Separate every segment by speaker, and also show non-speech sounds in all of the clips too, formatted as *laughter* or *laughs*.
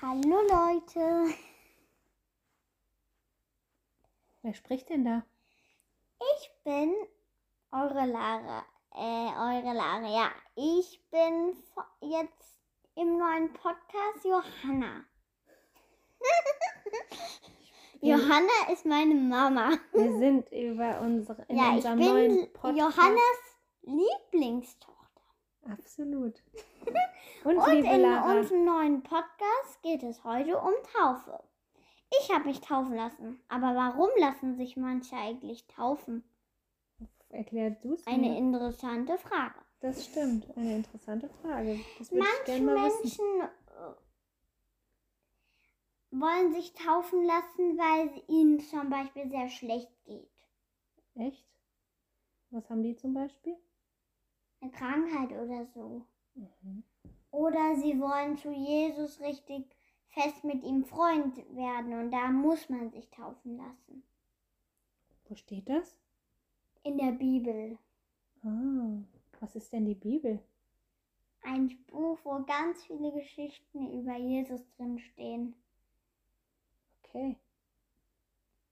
Speaker 1: Hallo Leute,
Speaker 2: Wer spricht denn da?
Speaker 1: ich bin eure Lara. Äh, eure Lara, ja. Ich bin vo- jetzt im neuen Podcast Johanna. *laughs* Johanna ist meine Mama.
Speaker 2: Wir sind über unsere, in
Speaker 1: ja, ich
Speaker 2: unserem neuen
Speaker 1: bin
Speaker 2: Podcast.
Speaker 1: Johannas Lieblingstochter.
Speaker 2: Absolut. Und,
Speaker 1: Und
Speaker 2: liebe
Speaker 1: in
Speaker 2: Lara,
Speaker 1: unserem neuen Podcast geht es heute um Taufe. Ich habe mich taufen lassen. Aber warum lassen sich manche eigentlich taufen?
Speaker 2: erklärst du es
Speaker 1: Eine interessante Frage.
Speaker 2: Das stimmt. Eine interessante Frage. Das würde ich
Speaker 1: Manche
Speaker 2: gerne mal wissen.
Speaker 1: Menschen äh, wollen sich taufen lassen, weil es ihnen zum Beispiel sehr schlecht geht.
Speaker 2: Echt? Was haben die zum Beispiel?
Speaker 1: Eine Krankheit oder so.
Speaker 2: Mhm.
Speaker 1: Oder sie wollen zu Jesus richtig fest mit ihm Freund werden und da muss man sich taufen lassen.
Speaker 2: Wo steht das?
Speaker 1: In der Bibel.
Speaker 2: Ah, was ist denn die Bibel?
Speaker 1: Ein Buch, wo ganz viele Geschichten über Jesus drinstehen.
Speaker 2: Okay.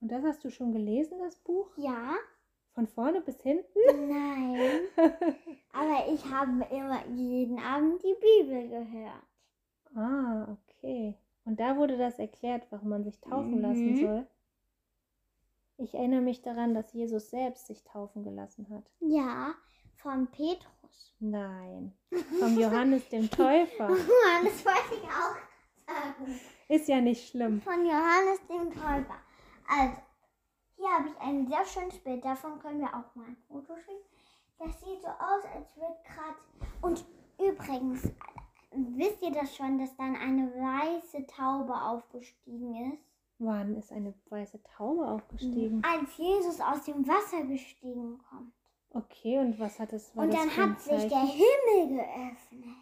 Speaker 2: Und das hast du schon gelesen, das Buch?
Speaker 1: Ja?
Speaker 2: Von vorne bis hinten? *laughs*
Speaker 1: Nein. Aber ich habe immer jeden Abend die Bibel gehört.
Speaker 2: ah, okay. Und da wurde das erklärt, warum man sich taufen lassen
Speaker 1: Mhm.
Speaker 2: soll. Ich erinnere mich daran, dass Jesus selbst sich taufen gelassen hat.
Speaker 1: Ja, von
Speaker 2: *laughs*
Speaker 1: Petrus.
Speaker 2: Nein,
Speaker 1: *laughs*
Speaker 2: vom Johannes dem Täufer.
Speaker 1: Mann, das wollte ich auch sagen.
Speaker 2: Ist ja nicht schlimm.
Speaker 1: Von Johannes dem Täufer. Also, hier habe ich ein sehr schönes Bild. Davon können wir auch mal ein Foto schicken. Das sieht so aus, als wird gerade. Und übrigens, wisst ihr das schon, dass dann eine weiße Taube aufgestiegen ist?
Speaker 2: Wann ist eine weiße Taube aufgestiegen?
Speaker 1: Als Jesus aus dem Wasser gestiegen kommt.
Speaker 2: Okay, und was hat es war
Speaker 1: und
Speaker 2: Oh, das
Speaker 1: dann
Speaker 2: für ein
Speaker 1: hat sich der
Speaker 2: Zeichen?
Speaker 1: Himmel geöffnet.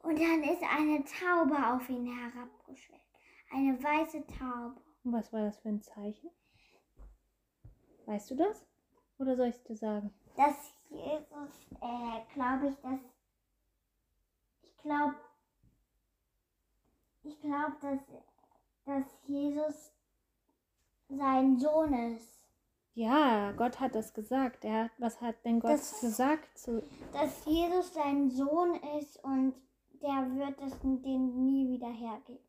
Speaker 1: Und dann ist eine Taube auf ihn herabgeschwebt. Eine weiße Taube.
Speaker 2: Und was war das für ein Zeichen? Weißt du das? Oder soll ich es dir sagen?
Speaker 1: Dass Jesus, äh, glaube ich, dass. Ich glaube. Ich glaube, dass, dass Jesus sein Sohn ist.
Speaker 2: Ja, Gott hat das gesagt. Er hat, was hat denn Gott
Speaker 1: Das-
Speaker 2: gesagt? Zu,
Speaker 1: Dass Jesus sein Sohn ist und der wird es den nie wieder hergeben.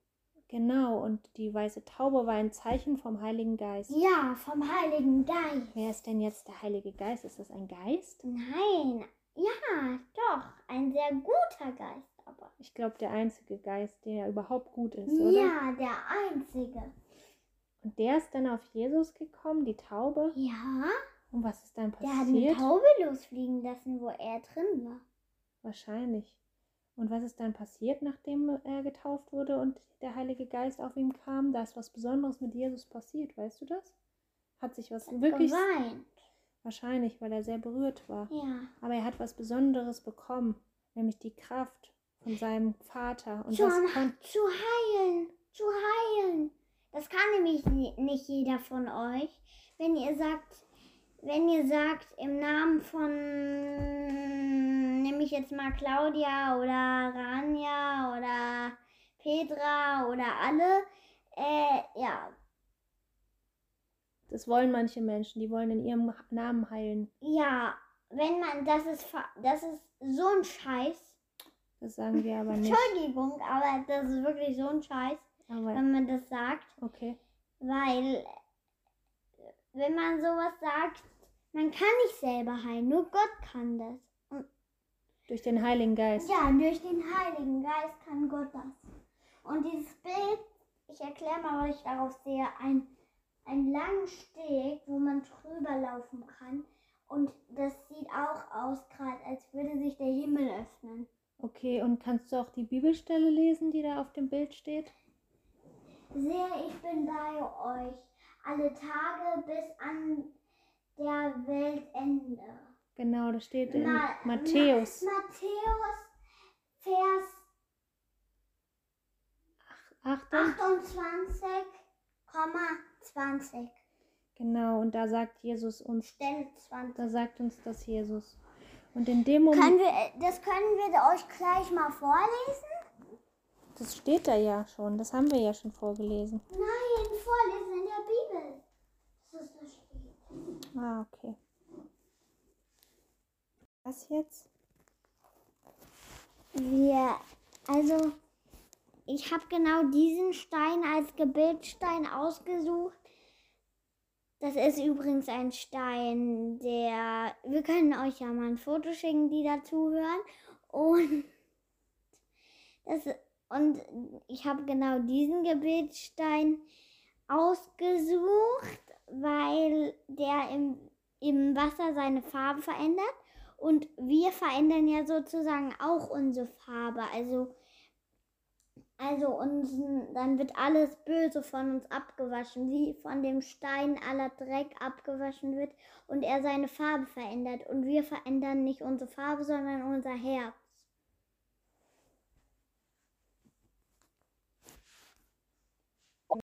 Speaker 2: genau, und die weiße Taube war ein Zeichen vom Heiligen Geist.
Speaker 1: Ja, vom Heiligen Geist.
Speaker 2: Wer ist denn jetzt der Heilige Geist? Ist das ein Geist?
Speaker 1: Nein, ja, doch, ein sehr guter Geist aber.
Speaker 2: Ich glaube, der einzige Geist, der überhaupt gut ist, oder?
Speaker 1: Ja, der einzige.
Speaker 2: Und der ist dann auf Jesus gekommen, die Taube.
Speaker 1: Ja,
Speaker 2: Und was ist dann
Speaker 1: der hat eine
Speaker 2: passiert?
Speaker 1: Taube losfliegen lassen, wo er drin war.
Speaker 2: Wahrscheinlich. Und was ist dann passiert, nachdem er getauft wurde und der Heilige Geist auf ihn kam? Da ist was Besonderes mit Jesus passiert, weißt du das? Hat sich was
Speaker 1: Hat
Speaker 2: wirklich
Speaker 1: geweint.
Speaker 2: wahrscheinlich, weil er sehr berührt war.
Speaker 1: Ja.
Speaker 2: Aber er hat was Besonderes bekommen, nämlich die Kraft von seinem Vater. Und
Speaker 1: Zu,
Speaker 2: das kann,
Speaker 1: zu heilen, zu heilen. Das kann nämlich ni- nicht jeder von euch. Wenn ihr sagt, wenn ihr sagt, im Namen von, nehme ich jetzt mal Claudia oder Rania oder Petra oder alle, äh, ja,
Speaker 2: das wollen manche Menschen, die wollen in ihrem Namen heilen.
Speaker 1: ja, wenn man, das ist, fa- das ist so ein Scheiß.
Speaker 2: Das sagen wir aber nicht.
Speaker 1: Entschuldigung, aber das ist wirklich so ein Scheiß,
Speaker 2: Aber
Speaker 1: wenn man das sagt.
Speaker 2: okay.
Speaker 1: Weil, äh, wenn man sowas sagt, man kann nicht selber heilen, nur Gott kann das.
Speaker 2: Durch den Heiligen Geist.
Speaker 1: Ja, durch den Heiligen Geist kann Gott das. Und dieses Bild, ich erkläre mal, was ich darauf sehe, ein, ein langen Steg, wo man drüber laufen kann. Und das sieht auch aus, gerade als würde sich der Himmel öffnen.
Speaker 2: Okay, und kannst du auch die Bibelstelle lesen, die da auf dem Bild steht?
Speaker 1: Sehe, ich bin bei euch alle Tage bis an der Weltende.
Speaker 2: Genau, das steht in
Speaker 1: Ma-
Speaker 2: Matthäus
Speaker 1: Ma Matthäus, Vers
Speaker 2: 8.
Speaker 1: 28,20.
Speaker 2: Genau, und da sagt Jesus uns,
Speaker 1: Stelle 20.
Speaker 2: da sagt uns das Jesus. Und in dem Moment,
Speaker 1: Können wir, das können wir euch gleich mal vorlesen?
Speaker 2: Das steht da ja schon. Das haben wir ja schon vorgelesen.
Speaker 1: Nein, vorlesen in der Bibel. Das ist das Spiel.
Speaker 2: Ah, okay. Was jetzt?
Speaker 1: Wir, also, ich habe genau diesen Stein als Gebildstein ausgesucht. Das ist übrigens ein Stein, der. Wir können euch ja mal ein Foto schicken, die dazu hören. Und, das, und ich habe genau diesen Gebildstein ausgesucht, weil der im, im Wasser seine Farbe verändert. Und wir verändern ja sozusagen auch unsere Farbe. Also, also uns, dann wird alles Böse von uns abgewaschen, wie von dem Stein aller Dreck abgewaschen wird und er seine Farbe verändert. Und wir verändern nicht unsere Farbe, sondern unser Herz.